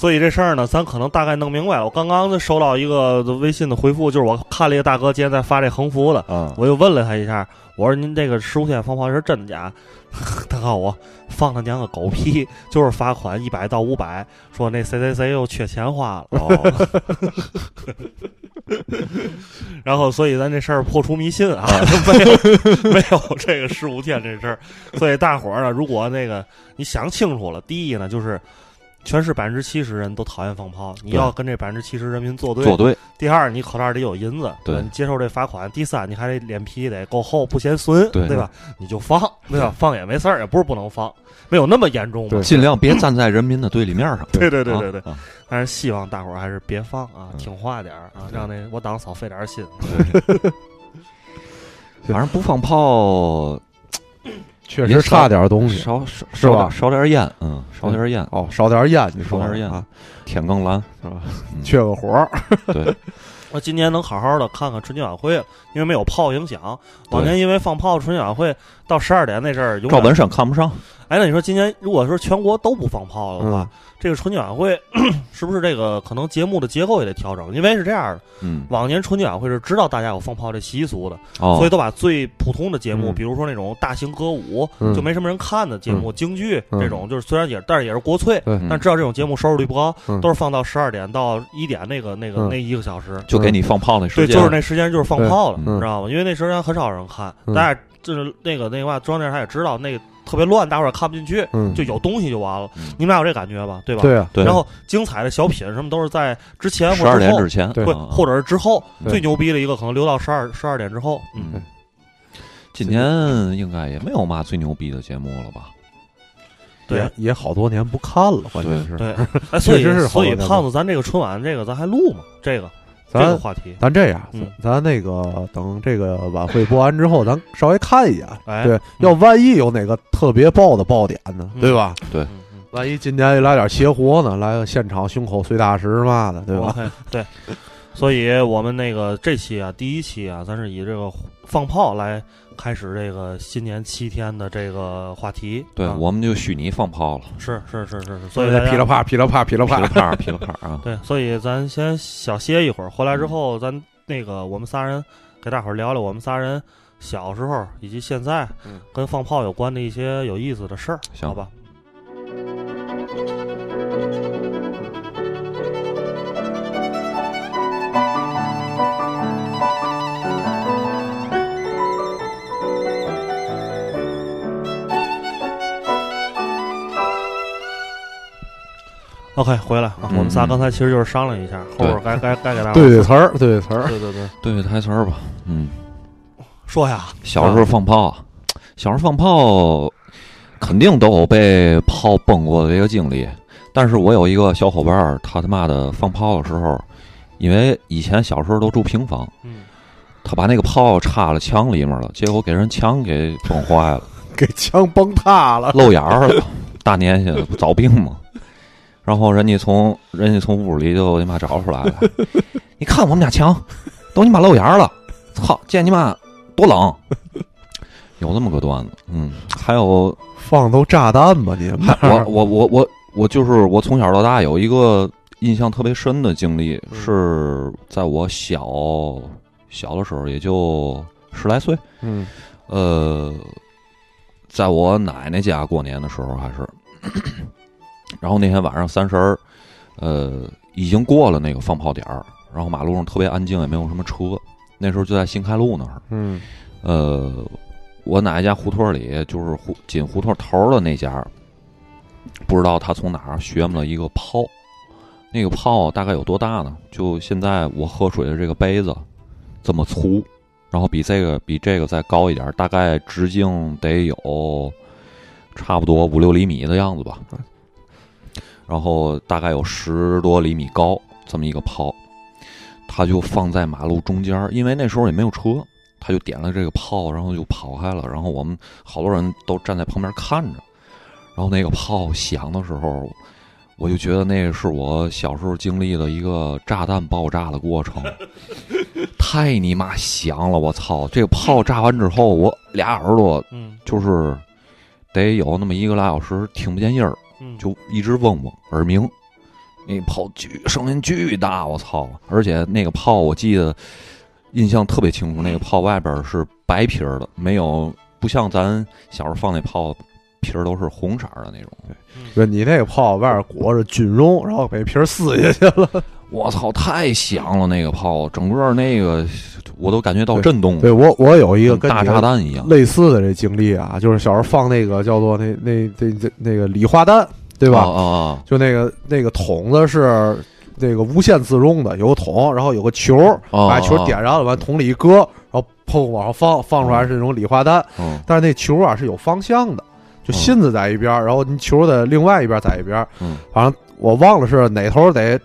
Speaker 1: 所以这事儿呢，咱可能大概弄明白了。我刚刚收到一个微信的回复，就是我看了一个大哥今天在发这横幅的，
Speaker 2: 留啊，
Speaker 1: 我又问了他一下，我说您这个十五天放炮是真假？ *laughs* 他告诉我放他娘个狗屁， *laughs* 就是罚款一百到五百，说那谁谁谁又缺钱花了。
Speaker 2: 哦，
Speaker 1: *laughs* 然后，所以咱这事儿破除迷信啊， *laughs* 没有没有这个十五天这事儿。所以大伙儿呢，如果那个你想清楚了，第一呢就是。全市百分之七十人都讨厌放炮，你
Speaker 2: 对
Speaker 1: 要跟这百分之七十人民作对。
Speaker 2: 做对，
Speaker 1: 第二，你口袋里有银子，
Speaker 2: 对
Speaker 1: 你接受这罚款。第三，你还得脸皮得够厚，不嫌损，
Speaker 2: 对
Speaker 1: 吧？你就放，对吧？放也没事儿，也不是不能放，没有那么严重吧
Speaker 3: 对？
Speaker 2: 尽量别站在人民的对立面上。
Speaker 1: 对对对对对
Speaker 2: 啊，啊
Speaker 1: 但是希望大伙儿还是别放啊，
Speaker 2: 嗯
Speaker 1: 听话点儿啊，
Speaker 2: 对
Speaker 1: 让那我党少费点儿心。
Speaker 2: 反正不放炮，
Speaker 3: 确
Speaker 2: 也
Speaker 3: 实
Speaker 2: 少
Speaker 3: 差点东西。
Speaker 2: 少少
Speaker 3: 是吧
Speaker 2: 少少点烟，嗯，少点烟，
Speaker 3: 哦，少点烟，你说
Speaker 2: 少点烟
Speaker 3: 啊，
Speaker 2: 天更蓝，
Speaker 3: 是吧
Speaker 2: 嗯？
Speaker 3: 缺个活儿，
Speaker 2: 对，
Speaker 1: 我今年能好好的看看春节晚会了，因为没有炮影响。往
Speaker 2: 对
Speaker 1: 年因为放炮，春节晚会到十二点那阵儿， *laughs* 永远
Speaker 2: 赵本山看不上，
Speaker 1: 哎，那你说今年如果说全国都不放炮了的话，
Speaker 3: 嗯，
Speaker 1: 这个春节晚会 *coughs* 是不是这个可能节目的结构也得调整？因为是这样的，
Speaker 2: 嗯，
Speaker 1: 往年春节晚会是知道大家有放炮这习俗的，
Speaker 2: 哦
Speaker 1: 所以，都把最普通的节目，
Speaker 3: 嗯
Speaker 1: 比如说那种大型歌舞、
Speaker 3: 嗯
Speaker 1: 就没什么人看的节目、京剧
Speaker 3: 嗯
Speaker 1: 这种，就是虽然也但是也是国粹，
Speaker 3: 对，
Speaker 2: 嗯
Speaker 1: 但知道这种节目收视率不高，
Speaker 3: 嗯
Speaker 1: 都是放到十二点到一点那个那个、
Speaker 3: 嗯
Speaker 1: 那一个小时。
Speaker 2: 就给你放炮那时
Speaker 1: 对，
Speaker 2: 间，
Speaker 1: 就是那时间就是放炮了，
Speaker 2: 对
Speaker 1: 你
Speaker 3: 嗯
Speaker 1: 知道吗？因为那时间很少人看，
Speaker 3: 嗯
Speaker 1: 大家就是那个那个嘛，中央电视台也知道那个特别乱，大伙儿也看不进去，
Speaker 3: 嗯，
Speaker 1: 就有东西就完了。
Speaker 2: 嗯
Speaker 1: 你们俩有这感觉吧？对吧？
Speaker 3: 对啊，
Speaker 2: 对
Speaker 1: 然后精彩的小品什么都是在之前
Speaker 2: 十
Speaker 1: 或
Speaker 2: 二
Speaker 1: 者之
Speaker 2: 点
Speaker 1: 后
Speaker 2: 之，前，
Speaker 3: 对
Speaker 1: 会
Speaker 2: 啊
Speaker 1: 或者是之后
Speaker 3: 对
Speaker 1: 最牛逼的一个可能留到十二十二点之后。嗯，
Speaker 2: 嗯
Speaker 3: 对，
Speaker 2: 今年应该也没有嘛最牛逼的节目了吧？
Speaker 1: 对
Speaker 3: 也也好多年不看了，关键是，
Speaker 1: 对，哎，所以
Speaker 3: 确实是好
Speaker 1: 所以
Speaker 3: 多年
Speaker 1: 胖子，咱这个春晚这个咱还录吗？这个这个
Speaker 3: 咱
Speaker 1: 话题，
Speaker 3: 咱这样，
Speaker 1: 嗯
Speaker 3: 咱咱那个等这个晚会播完之后，咱稍微看一眼，
Speaker 1: 哎，
Speaker 3: 对，要万一有哪个特别爆的爆点呢，
Speaker 1: 嗯
Speaker 3: 对吧？
Speaker 1: 嗯嗯
Speaker 3: 万一今年来点邪活呢，来个现场胸口碎大石嘛的，对吧？
Speaker 1: OK，对，所以我们那个这期啊，第一期啊，咱是以这个放炮来开始这个新年七天的这个话题。
Speaker 2: 对，
Speaker 1: 啊
Speaker 2: 我们就虚拟放炮了，
Speaker 1: 是是是是是，所
Speaker 3: 所
Speaker 1: 以
Speaker 3: 以
Speaker 1: 大
Speaker 3: 在
Speaker 1: 家
Speaker 3: 噼里啪噼里啪噼里
Speaker 2: 噼里
Speaker 3: 啪，
Speaker 2: 啪啦噼里啪啦啊，
Speaker 1: 对，所以咱先小歇一会儿，回来之
Speaker 2: 嗯
Speaker 1: 后，咱那个我们仨人给大伙儿聊聊我们仨人小时候以及现在
Speaker 3: 嗯
Speaker 1: 跟放炮有关的一些有意思的事儿，
Speaker 2: 行
Speaker 1: 好吧？OK，回来啊！
Speaker 2: 嗯
Speaker 1: 我们仨刚才其实就是商量一下，后边儿该该该给大家
Speaker 3: 对对词儿，对对词儿，
Speaker 1: 对对对，
Speaker 2: *laughs* 对对台词儿吧，嗯，
Speaker 1: 说呀，
Speaker 2: 小时候放炮，啊，小时候放炮，肯定都有被炮崩过的这个经历。但是我有一个小伙伴儿，他他妈的放炮的时候，因为以前小时候都住平房，
Speaker 1: 嗯，
Speaker 2: 他把那个炮插了墙里面了，结果给人墙给崩坏了，
Speaker 3: 给枪崩
Speaker 2: *laughs*
Speaker 3: 塌了，
Speaker 2: 漏眼儿了，大年下不找病吗？然后人家从人家从屋里就你妈找出来了，你看我们家墙都你妈漏眼儿了，操，见你妈多冷，有那么个段子，嗯，还有
Speaker 3: 放都炸弹吧你们那
Speaker 2: 我
Speaker 3: 儿，
Speaker 2: 我我我我就是我从小到大有一个印象特别深的经历，
Speaker 1: 嗯
Speaker 2: 是在我小小的时候，也就十来岁，
Speaker 3: 嗯
Speaker 2: 呃，在我奶奶家过年的时候还是， *coughs* 然后那天晚上三十儿，呃，已经过了那个放炮点儿，然后马路上特别安静，也没有什么车。那时候就在新开路那儿，
Speaker 3: 嗯
Speaker 2: 呃，我奶奶家胡同里就是胡紧胡同头儿的那家，呃不知道他从哪儿学么了一个炮，那个炮大概有多大呢？就现在我喝水的这个杯子这么粗，然后比这个比这个再高一点儿，大概直径得有差不多五六厘米的样子吧，然后大概有十多厘米高，这么一个炮，他就放在马路中间儿，因为那时候也没有车，他就点了这个炮，然后就跑开了。然后我们好多人都站在旁边看着。然后那个炮响的时候，我就觉得那是我小时候经历的一个炸弹爆炸的过程，太你妈响了！我操！这个炮炸完之后，我俩耳朵
Speaker 1: 嗯
Speaker 2: 就是得有那么一个俩小时听不见音儿，
Speaker 1: 嗯，
Speaker 2: 就一直嗡嗡耳鸣，那炮巨声音巨大，我操！而且那个炮我记得印象特别清楚，那个炮外边儿是白皮儿的，没有不像咱小时候放那炮皮儿都是红色儿的那种。
Speaker 1: 嗯
Speaker 3: 就你那个炮外边裹着菌绒，然后给皮儿撕下去了。
Speaker 2: 我操，太响了那个炮，整个那个我都感觉到震动了，
Speaker 3: 对我，我有一个
Speaker 2: 跟嗯
Speaker 3: 跟
Speaker 2: 大
Speaker 3: 你
Speaker 2: 炸弹一样。
Speaker 3: 类似的这经历啊，就是小时候放那个叫做那那那那那个礼花弹，对吧？
Speaker 2: 哦哦
Speaker 3: 就那个那个筒子是那个无限自容的，有个筒，然后有个球，
Speaker 2: 哦，
Speaker 3: 把球点上了，往桶里一搁，然后砰往上放，放出来是那种礼花弹，
Speaker 2: 哦，哦
Speaker 3: 但是那球啊是有方向的，
Speaker 2: 嗯
Speaker 3: 就芯子在一边儿，然后你球的另外一边儿在一边儿，
Speaker 2: 嗯
Speaker 3: 反正我忘了是哪头得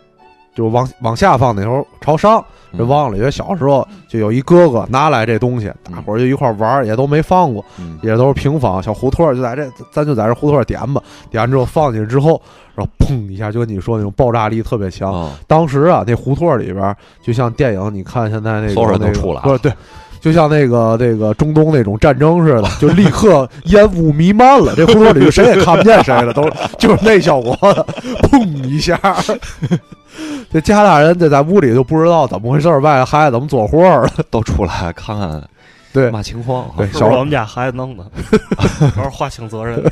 Speaker 3: 就往往下放，哪头朝上，
Speaker 2: 嗯
Speaker 3: 这忘了。因为小时候就有一哥哥拿来这东西，大伙儿就一块儿玩儿，也都没放过，
Speaker 2: 嗯
Speaker 3: 也都是平房小胡同儿，就在这，咱就在这胡同儿点吧，点完之后放进去之后，然后砰一下，就跟你说那种爆炸力特别强，
Speaker 2: 哦
Speaker 3: 当时啊，那胡同儿里边儿就像电影，你看现在那个
Speaker 2: 所有人都
Speaker 3: 那个
Speaker 2: 出来
Speaker 3: 不是对，就像那个那个中东那种战争似的，就立刻烟雾弥漫了，这胡同儿里就谁也看不见谁了，都就是那效果的，砰一下儿，这加拿大人这在屋里就不知道怎么回事儿，外头孩子怎么做活儿了，
Speaker 2: 嗯都出来看看，
Speaker 3: 对
Speaker 2: 嘛情况？啊
Speaker 3: 对
Speaker 1: 是
Speaker 3: 小
Speaker 1: 不是我们家孩子弄 *laughs* 的？主要是划清责任。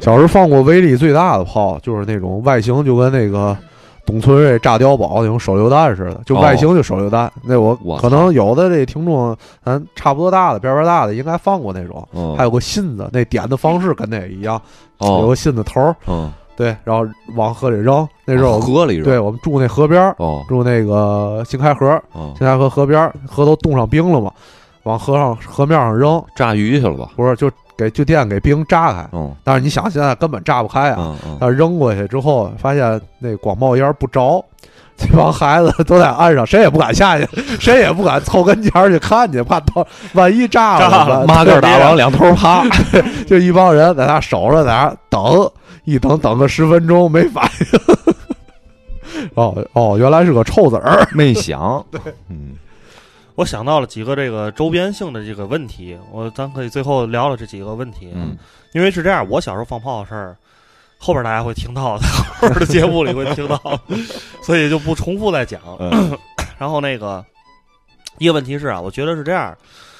Speaker 3: 小时候放过威力最大的炮，就是那种外形就跟那个董存瑞炸碉堡那种手榴弹似的，就外形就手榴弹。那我
Speaker 2: 哦我
Speaker 3: 可能有的这听众咱差不多大的边边大的应该放过那种，
Speaker 2: 嗯，
Speaker 3: 还有个信子，那点的方式跟那一样，有
Speaker 2: 哦
Speaker 3: 个信子头儿，
Speaker 2: 嗯，哦
Speaker 3: 对，然后往河里扔。那时候我们、
Speaker 2: 河里是吧
Speaker 3: 对我们住那河边儿，
Speaker 2: 哦
Speaker 3: 住那个新开河，
Speaker 2: 哦，
Speaker 3: 新开河河边儿，河都冻上冰了嘛，往河上河面上扔，
Speaker 2: 炸鱼去了吧？
Speaker 3: 不是就给就电给冰炸开。
Speaker 2: 嗯
Speaker 3: 但是你想，现在根本炸不开啊！
Speaker 2: 嗯嗯，
Speaker 3: 但是扔过去之后，发现那广冒烟不着，这帮孩子都在岸上，谁也不敢下去，谁也不敢凑跟前儿去看去，怕到万一炸了
Speaker 1: 炸
Speaker 3: 怎么办，
Speaker 2: 妈个儿打完两
Speaker 3: *laughs*
Speaker 2: 头趴，
Speaker 3: 就一帮人在那守着，在那等，一等等个十分钟没反应。 *laughs* 哦哦，原来是个臭子儿，
Speaker 2: 没响。对，嗯
Speaker 1: 我想到了几个这个周边性的这个问题，我咱可以最后聊聊这几个问题。
Speaker 2: 嗯，
Speaker 1: 因为是这样，我小时候放炮的事儿，后边大家会听到的， *laughs* 后边的节目里会听到，所以就不重复再讲。
Speaker 2: 嗯
Speaker 1: 然后那个一个问题是啊，我觉得是这样，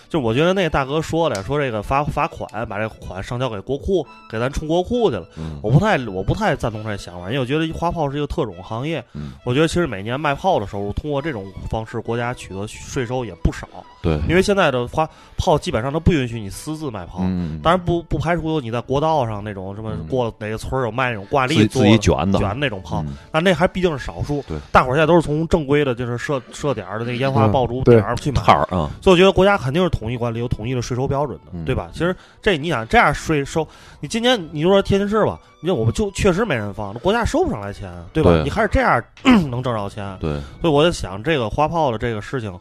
Speaker 1: 就我觉得那个大哥说的，说这个罚罚款，把这款上交给国库，给咱充国库去了。
Speaker 2: 嗯
Speaker 1: 我不太我不太赞同这想法，因为我觉得花炮是一个特种行业，
Speaker 2: 嗯
Speaker 1: 我觉得其实每年卖炮的收入，通过这种方式，国家取得税收也不少。
Speaker 2: 对，
Speaker 1: 因为现在的花炮基本上都不允许你私自卖炮，
Speaker 2: 嗯，
Speaker 1: 当然不不排除有你在国道上那种什么
Speaker 2: 嗯
Speaker 1: 过了哪个村儿有卖那种挂
Speaker 2: 自己
Speaker 1: 历
Speaker 2: 自
Speaker 1: 做
Speaker 2: 己
Speaker 1: 的
Speaker 2: 卷的
Speaker 1: 卷那种炮，
Speaker 2: 嗯
Speaker 1: 但那还毕竟是少数。
Speaker 2: 对，
Speaker 1: 大伙儿现在都是从正规的，就是射射点儿的那个烟花
Speaker 3: 嗯
Speaker 1: 爆竹
Speaker 3: 对
Speaker 1: 点儿去买，
Speaker 2: 摊儿啊，
Speaker 1: 所以我觉得国家肯定是统一管理，有统一的税收标准的，
Speaker 2: 嗯
Speaker 1: 对吧？其实这你想这样税收，你今年你就说天津市吧，你看我们就确实没人放，那国家收不上来钱，对吧？
Speaker 2: 对
Speaker 1: 你还是这样咳 *clears throat* 能挣着钱，
Speaker 2: 对，
Speaker 1: 所以我在想，这个花炮的这个事情，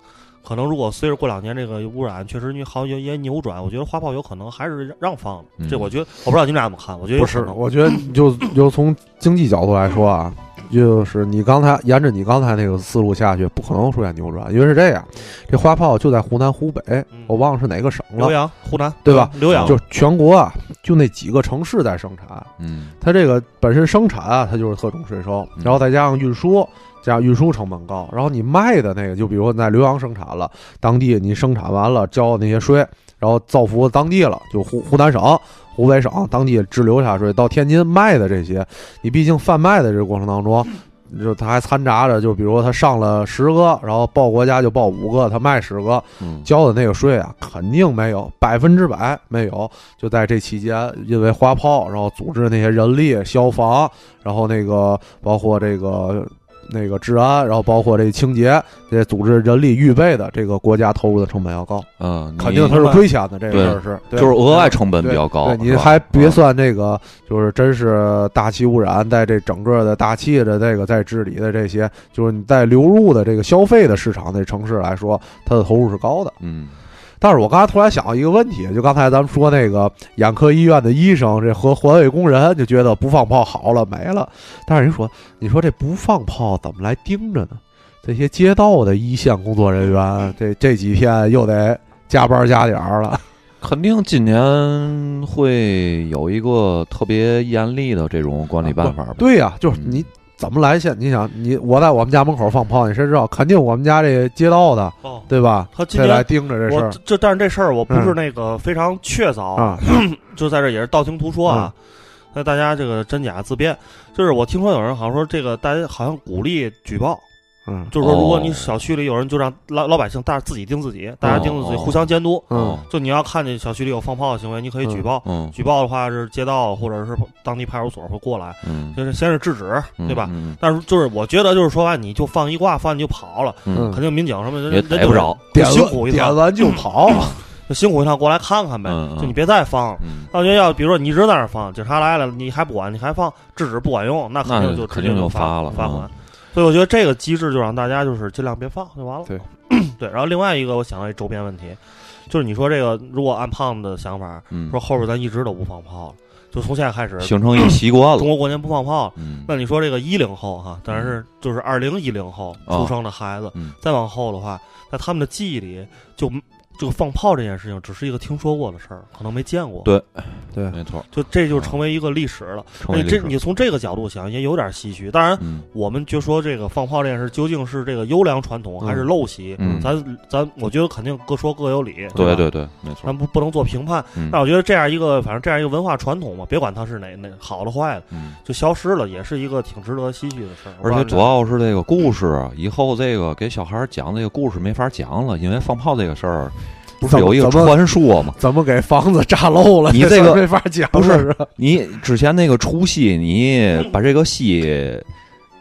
Speaker 1: 可能如果随着过两年这个污染确实你好像有一些扭转，我觉得花炮有可能还是让让放的。
Speaker 2: 嗯
Speaker 1: 这我觉得，我不知道你们俩怎么看，我觉得有可能
Speaker 3: 我觉得就就从经济角度来说啊，就是你刚才沿着你刚才那个思路下去，不可能出现扭转，因为是这样，这花炮就在湖南、湖北，我忘了是哪个省了
Speaker 1: 浏，阳、湖南嗯
Speaker 3: 对吧？
Speaker 1: 浏阳
Speaker 3: 就全国啊，就那几个城市在生产，
Speaker 2: 嗯
Speaker 3: 它这个本身生产啊，它就是特种税收，
Speaker 2: 嗯
Speaker 3: 然后再加上运输，加上运输成本高，然后你卖的那个，就比如说你在浏阳生产了，当地你生产完了交那些税，然后造福当地了，就湖湖南省、湖北省当地滞留下税，到天津卖的这些，你毕竟贩卖的这个过程当中。就他还掺杂着，就比如说他上了十个，然后报国家就报五个，他卖十个，
Speaker 2: 嗯，
Speaker 3: 交的那个税啊，肯定没有，百分之百没有。就在这期间，因为花炮，然后组织那些人力、消防，然后那个包括这个那个治安，然后包括这清洁这些组织人力预备的，这个国家投入的成本要高，
Speaker 2: 嗯，
Speaker 3: 肯定它是亏钱的。这个事儿是，对
Speaker 2: 就是额外成本比较高，
Speaker 3: 对，你
Speaker 2: 是吧嗯
Speaker 3: 还别算这个，就是真是大气污染，在这整个的大气的这个在治理的这些，就是你在流入的这个消费的市场的城市来说，它的投入是高的。
Speaker 2: 嗯
Speaker 3: 但是我刚才突然想到一个问题，就刚才咱们说那个眼科医院的医生，这和环卫工人就觉得不放炮好了没了，但是人说，你说这不放炮怎么来盯着呢？这些街道的一线工作
Speaker 1: *laughs*
Speaker 3: 人员，这这几天又得加班加点儿了。
Speaker 2: 肯定今年会有一个特别严厉的这种管理办法吧？
Speaker 3: 对呀、就是
Speaker 2: 嗯
Speaker 3: 你。怎么来现？你想，你我在我们家门口放炮，你谁知道？肯定我们家这街道的，
Speaker 1: 哦，
Speaker 3: 对吧？
Speaker 1: 他今
Speaker 3: 这来
Speaker 1: 天
Speaker 3: 盯着这事
Speaker 1: 我
Speaker 3: 儿嗯
Speaker 1: 这这但是这事儿我不是那个非常确凿，
Speaker 3: 啊，嗯
Speaker 1: 就在这也是道听途说啊。那大家这个真假自辨，就是我听说有人好像说这个大家好像鼓励举报，
Speaker 3: 嗯
Speaker 1: 就是说如果
Speaker 2: 哦
Speaker 1: 你小区里有人就让老老百姓大自己盯自己，大家盯着自己
Speaker 2: 哦
Speaker 1: 互相监督。
Speaker 3: 嗯
Speaker 1: 就你要看见小区里有放炮的行为，你可以举报。
Speaker 2: 嗯
Speaker 1: 举报的话是街道或者是当地派出所会过来，
Speaker 2: 嗯，
Speaker 1: 就是先是制止，对吧？
Speaker 2: 嗯？
Speaker 1: 但是就是我觉得就是说白，你就放一挂，放你就跑了，
Speaker 2: 嗯
Speaker 3: 嗯
Speaker 1: 肯定民警什么的
Speaker 2: 也
Speaker 1: 人人
Speaker 2: 逮不着，
Speaker 1: 就
Speaker 3: 点
Speaker 1: 辛苦
Speaker 3: 了
Speaker 1: 一
Speaker 3: 点
Speaker 1: 趟，
Speaker 3: 了就
Speaker 1: *laughs*
Speaker 3: 跑，
Speaker 1: 就辛苦一趟过来看看呗
Speaker 2: 嗯嗯，
Speaker 1: 就你别再放了。
Speaker 2: 嗯，
Speaker 1: 那就要比如说你一直在那儿放，警察来了你还不管，你还放，制止不管用，那肯定
Speaker 2: 那
Speaker 1: 就
Speaker 2: 肯
Speaker 1: 直接
Speaker 2: 定就
Speaker 1: 罚
Speaker 2: 罚了
Speaker 1: 罚
Speaker 2: 嗯
Speaker 1: 款。所以我觉得这个机制就让大家就是尽量别放就完了。
Speaker 3: 对
Speaker 1: *coughs* 对，然后另外一个我想到一周边问题，就是你说这个如果按胖子的想法，
Speaker 2: 嗯
Speaker 1: 说后边咱一直都不放炮了，就从现在开始，
Speaker 2: 形成一习惯
Speaker 1: 中
Speaker 2: 了。
Speaker 1: 国过年不放炮了。
Speaker 2: 嗯
Speaker 1: 那你说这个一零后哈，当然是就是二零一零后
Speaker 2: 哦
Speaker 1: 出生的孩子，
Speaker 2: 嗯
Speaker 1: 再往后的话，在他们的记忆里，就这个放炮这件事情只是一个听说过的事儿，可能没见过。
Speaker 2: 对
Speaker 3: 对，
Speaker 2: 没错，
Speaker 1: 就这就成为一个历史了。
Speaker 2: 成
Speaker 1: 那
Speaker 2: 为
Speaker 1: 你这
Speaker 2: 历史
Speaker 1: 你从这个角度想，也有点唏嘘。当然，
Speaker 2: 嗯
Speaker 1: 我们就说这个放炮这件事，究竟是这个优良传统
Speaker 3: 嗯
Speaker 1: 还是陋习，
Speaker 2: 嗯
Speaker 1: 咱咱我觉得肯定各说各有理。
Speaker 2: 对
Speaker 1: 吧
Speaker 2: 对对，没错
Speaker 1: 咱。不不能做评判。
Speaker 2: 嗯
Speaker 1: 但我觉得这样一个，反正这样一个文化传统嘛，别管它是哪哪好的坏的，
Speaker 2: 嗯，
Speaker 1: 就消失了，也是一个挺值得唏嘘的事儿。
Speaker 2: 而且主要是这个故事，啊以后这个给小孩儿讲这个故事没法讲了，因为放炮这个事儿不是
Speaker 3: 怎么
Speaker 2: 有一个
Speaker 3: 怎么
Speaker 2: 传说吗？
Speaker 3: 怎么给房子炸漏了？
Speaker 2: 你
Speaker 3: *laughs* 这
Speaker 2: 这个
Speaker 3: 事儿没法讲，
Speaker 2: 不是
Speaker 3: 是吧
Speaker 2: 你之前那个除夕，你把这个夕，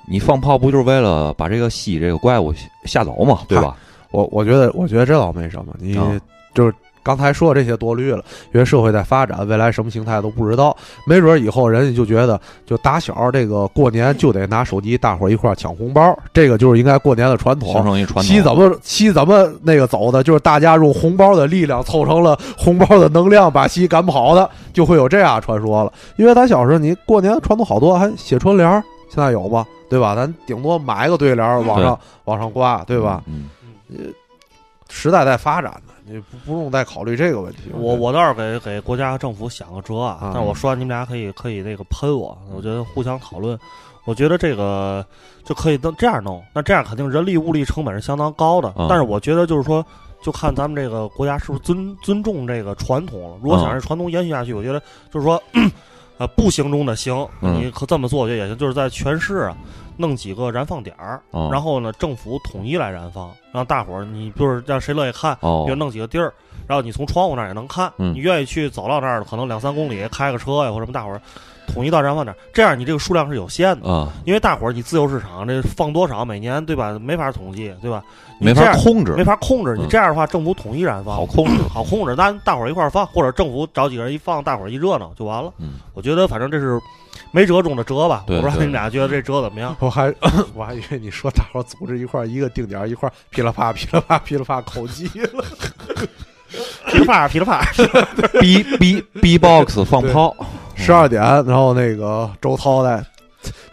Speaker 2: 你放炮不就是为了把这个夕这个怪物吓走嘛，对吧？
Speaker 3: 我我觉得，我觉得这倒没什么，你
Speaker 2: 啊
Speaker 3: 就是刚才说的这些多虑了，因为社会在发展，未来什么形态都不知道，没准儿以后人家就觉得，就打小这个过年就得拿手机，大伙儿一块儿抢红包，这个就是应该过年的传
Speaker 2: 形
Speaker 3: 统。
Speaker 2: 成一传
Speaker 3: 西怎
Speaker 2: 统。
Speaker 3: 么西怎么那个走的，就是大家用红包的力量凑成了红包的能量，把西赶跑的，就会有这样传说了。因为咱小时候，你过年传统好多，还写春联儿，现在有吗？对吧？咱顶多买个对联儿往上往上挂，对吧？
Speaker 2: 嗯？
Speaker 3: 时代在发展呢，你不不用再考虑这个问题。
Speaker 1: 我
Speaker 3: 觉得
Speaker 1: 我倒是给给国家和政府想个辙啊，
Speaker 3: 啊
Speaker 1: 但是我说完你们俩可以可以那个喷我，我觉得互相讨论，我觉得这个就可以弄这样弄，那这样肯定人力物力成本是相当高的，
Speaker 2: 嗯
Speaker 1: 但是我觉得就是说。就看咱们这个国家是不是尊尊重这个传统了。如果想让这传统延续下去，我觉得就是说， *clears throat* 呃，不行中的行，
Speaker 2: 嗯
Speaker 1: 你可这么做我觉得也行。就是在全市啊，弄几个燃放点儿，
Speaker 2: 嗯
Speaker 1: 然后呢，政府统一来燃放，让大伙儿你就是让谁乐意看，
Speaker 2: 哦
Speaker 1: 你就，弄几个地儿，然后你从窗户那儿也能看。
Speaker 2: 嗯
Speaker 1: 你愿意去走到那儿，可能两三公里开个车呀，或者什么，大伙儿统一到燃放点儿，这样你这个数量是有限的，
Speaker 2: 啊，
Speaker 1: 因为大伙儿你自由市场这放多少，每年对吧，没法统计，对吧？你
Speaker 2: 没
Speaker 1: 这
Speaker 2: 法
Speaker 1: 样
Speaker 2: 控制
Speaker 1: 没，法控制，你
Speaker 2: 嗯
Speaker 1: 这样的话，政府统一燃放
Speaker 2: 好控制。
Speaker 1: 好控制，那大伙儿一块儿放，或者政府找几个人一放，大伙儿一热闹就完了。
Speaker 2: 嗯
Speaker 1: 我觉得反正这是没辙中的辙吧，
Speaker 2: 对
Speaker 1: 我不知道
Speaker 2: 对
Speaker 1: 你们俩觉得这辙怎么样？ *laughs*
Speaker 3: 我还 *coughs* 我还以为你说大伙儿组织一块儿一个定点儿一块儿噼里啪噼里啪噼里啪口技了，
Speaker 1: 噼里啪啦噼里啪啦，
Speaker 2: B B B box 放炮，
Speaker 3: 十二点，然后那个周涛来，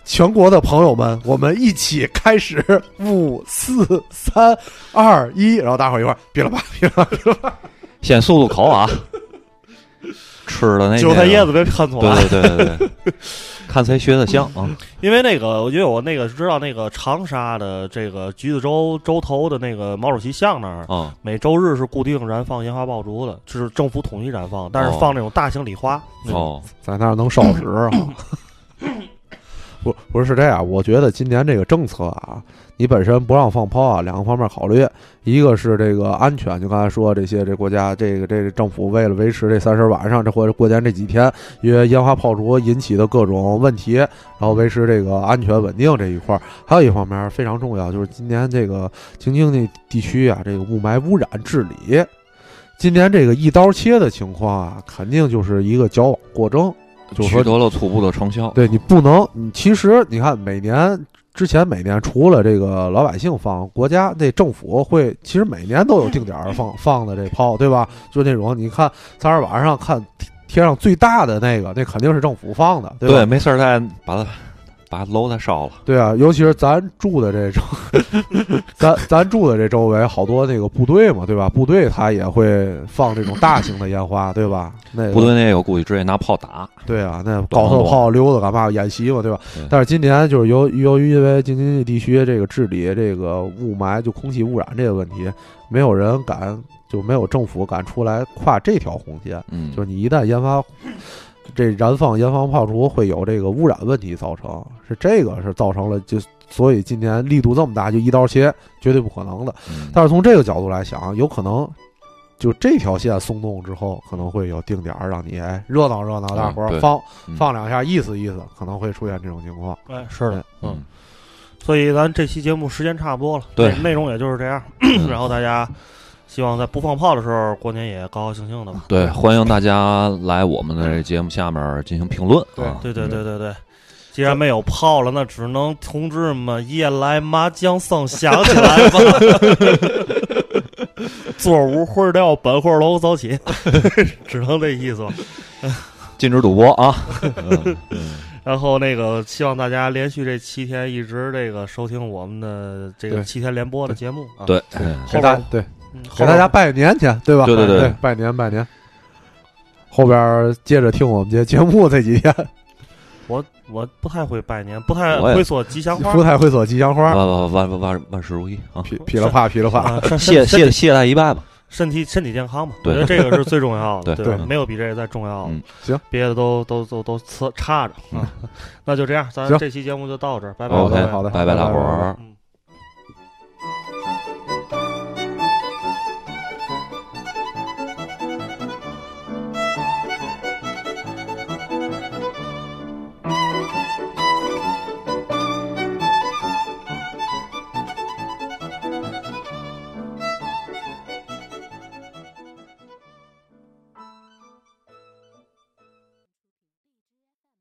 Speaker 3: 全国的朋友们，我们一起开始五四三二一，然后大伙儿一块儿噼里啪噼里啪噼里啪，
Speaker 2: 先漱漱口啊。吃的那
Speaker 1: 韭菜
Speaker 2: 个
Speaker 1: 叶子别喷错了。
Speaker 2: 对对对对对，看谁学的像啊。
Speaker 1: 因为那个，我觉得我那个知道那个长沙的这个橘子洲洲头的那个毛主席像那儿，
Speaker 2: 啊
Speaker 1: 每周日是固定燃放烟花爆竹的，就是政府统一燃放，但是
Speaker 2: 哦
Speaker 1: 放那种大型礼花。那种，
Speaker 2: 哦，
Speaker 3: 在那儿能烧纸啊。不不是是这样，我觉得今年这个政策啊，你本身不让放炮啊，两个方面考虑，一个是这个安全，就刚才说这些这国家这个这个政府为了维持这三十晚上这或者过年这几天，因为烟花炮竹引起的各种问题，然后维持这个安全稳定这一块儿，还有一方面非常重要，就是今年这个京津冀地区啊，这个雾霾污染治理。今年这个一刀切的情况啊，肯定就是一个矫枉过正，就是说
Speaker 2: 取得了初步的成效。
Speaker 3: 对你不能，你其实你看每年之前每年除了这个老百姓放，国家这政府会其实每年都有定点儿
Speaker 2: *laughs*
Speaker 3: 放放的这炮，对吧？就那种你看三十晚上看天上最大的那个，那肯定是政府放的，对吧？
Speaker 2: 对，没事儿再把它把楼子烧了，
Speaker 3: 对啊，尤其是咱住
Speaker 2: *laughs*
Speaker 3: 的这周，咱咱住的这周围好多那个部队嘛，对吧？部队他也会放这种大型的烟花，对吧？那个
Speaker 2: 部队那个估计直接拿炮打，
Speaker 3: 对啊，那搞特炮溜达干嘛演习嘛，对吧
Speaker 2: 对？
Speaker 3: 但是今年就是由由于因为京津冀地区这个治理这个雾霾就空气污染这个问题，没有人敢就没有政府敢出来跨这条红线，
Speaker 2: 嗯，
Speaker 3: 就是你一旦研发这燃放烟防炮竹会有这个污染问题造成，是这个是造成了就所以今年力度这么大就一刀切绝对不可能的。
Speaker 2: 嗯
Speaker 3: 但是从这个角度来想，啊有可能就这条线松动之后，可能会有定点儿让你哎热闹热闹，
Speaker 2: 嗯
Speaker 3: 大伙儿
Speaker 2: 对
Speaker 3: 放
Speaker 2: 嗯
Speaker 3: 放两下意思意思，可能会出现这种情况。
Speaker 1: 哎，是的，嗯
Speaker 2: 嗯，，
Speaker 1: 所以咱这期节目时间差不多了，
Speaker 2: 对
Speaker 1: 内内容也就是这样。*clears throat*
Speaker 2: 嗯
Speaker 1: 然后大家希望在不放炮的时候，过年也高高兴兴的吧。
Speaker 2: 对，欢迎大家来我们的这节目下面进行评论
Speaker 3: 对
Speaker 2: 啊，
Speaker 1: 对对对对对，既然没有炮了，那只能同志们夜来麻将声响起来吧。 *laughs* 座无会料，本会楼早起，只能这意思吧。
Speaker 2: 禁止赌博啊，嗯嗯
Speaker 1: 然后那个，希望大家连续这七天一直这个收听我们的这个
Speaker 3: 对
Speaker 1: 七天联播的节目啊。
Speaker 2: 对，嗯
Speaker 1: 后边
Speaker 3: 给大对
Speaker 1: 嗯
Speaker 3: 给
Speaker 1: 后
Speaker 3: 大
Speaker 1: 边
Speaker 3: 家拜年去，对吧？
Speaker 2: 对对对
Speaker 3: 对，拜年拜年。后边儿接着听我们这节目这几天，
Speaker 1: 我我不太会拜年，不太
Speaker 2: 我也
Speaker 1: 会说吉祥话
Speaker 3: 不。太会做吉祥花，
Speaker 2: 哎万万万万万事如意啊，
Speaker 3: 噼噼里啪噼里啪。 *laughs*
Speaker 1: 啊，身
Speaker 2: 谢
Speaker 1: 身
Speaker 2: 谢谢大一拜吧，
Speaker 1: 身体身体健康嘛，
Speaker 2: 对
Speaker 1: 我觉得这个是最重要的，
Speaker 2: *laughs* 对
Speaker 1: 吧
Speaker 3: 对
Speaker 1: 没有比这个再重要的
Speaker 2: 嗯。
Speaker 3: 行，
Speaker 1: 别的都都都 *laughs* 都次差着啊。那就这样，咱
Speaker 3: 行
Speaker 1: 这期节目就到这儿，拜拜。
Speaker 3: 好
Speaker 2: OK，
Speaker 3: 的
Speaker 1: 各位
Speaker 3: 好的
Speaker 2: 拜拜，大伙
Speaker 3: 拜
Speaker 2: 儿
Speaker 3: 拜。
Speaker 1: 嗯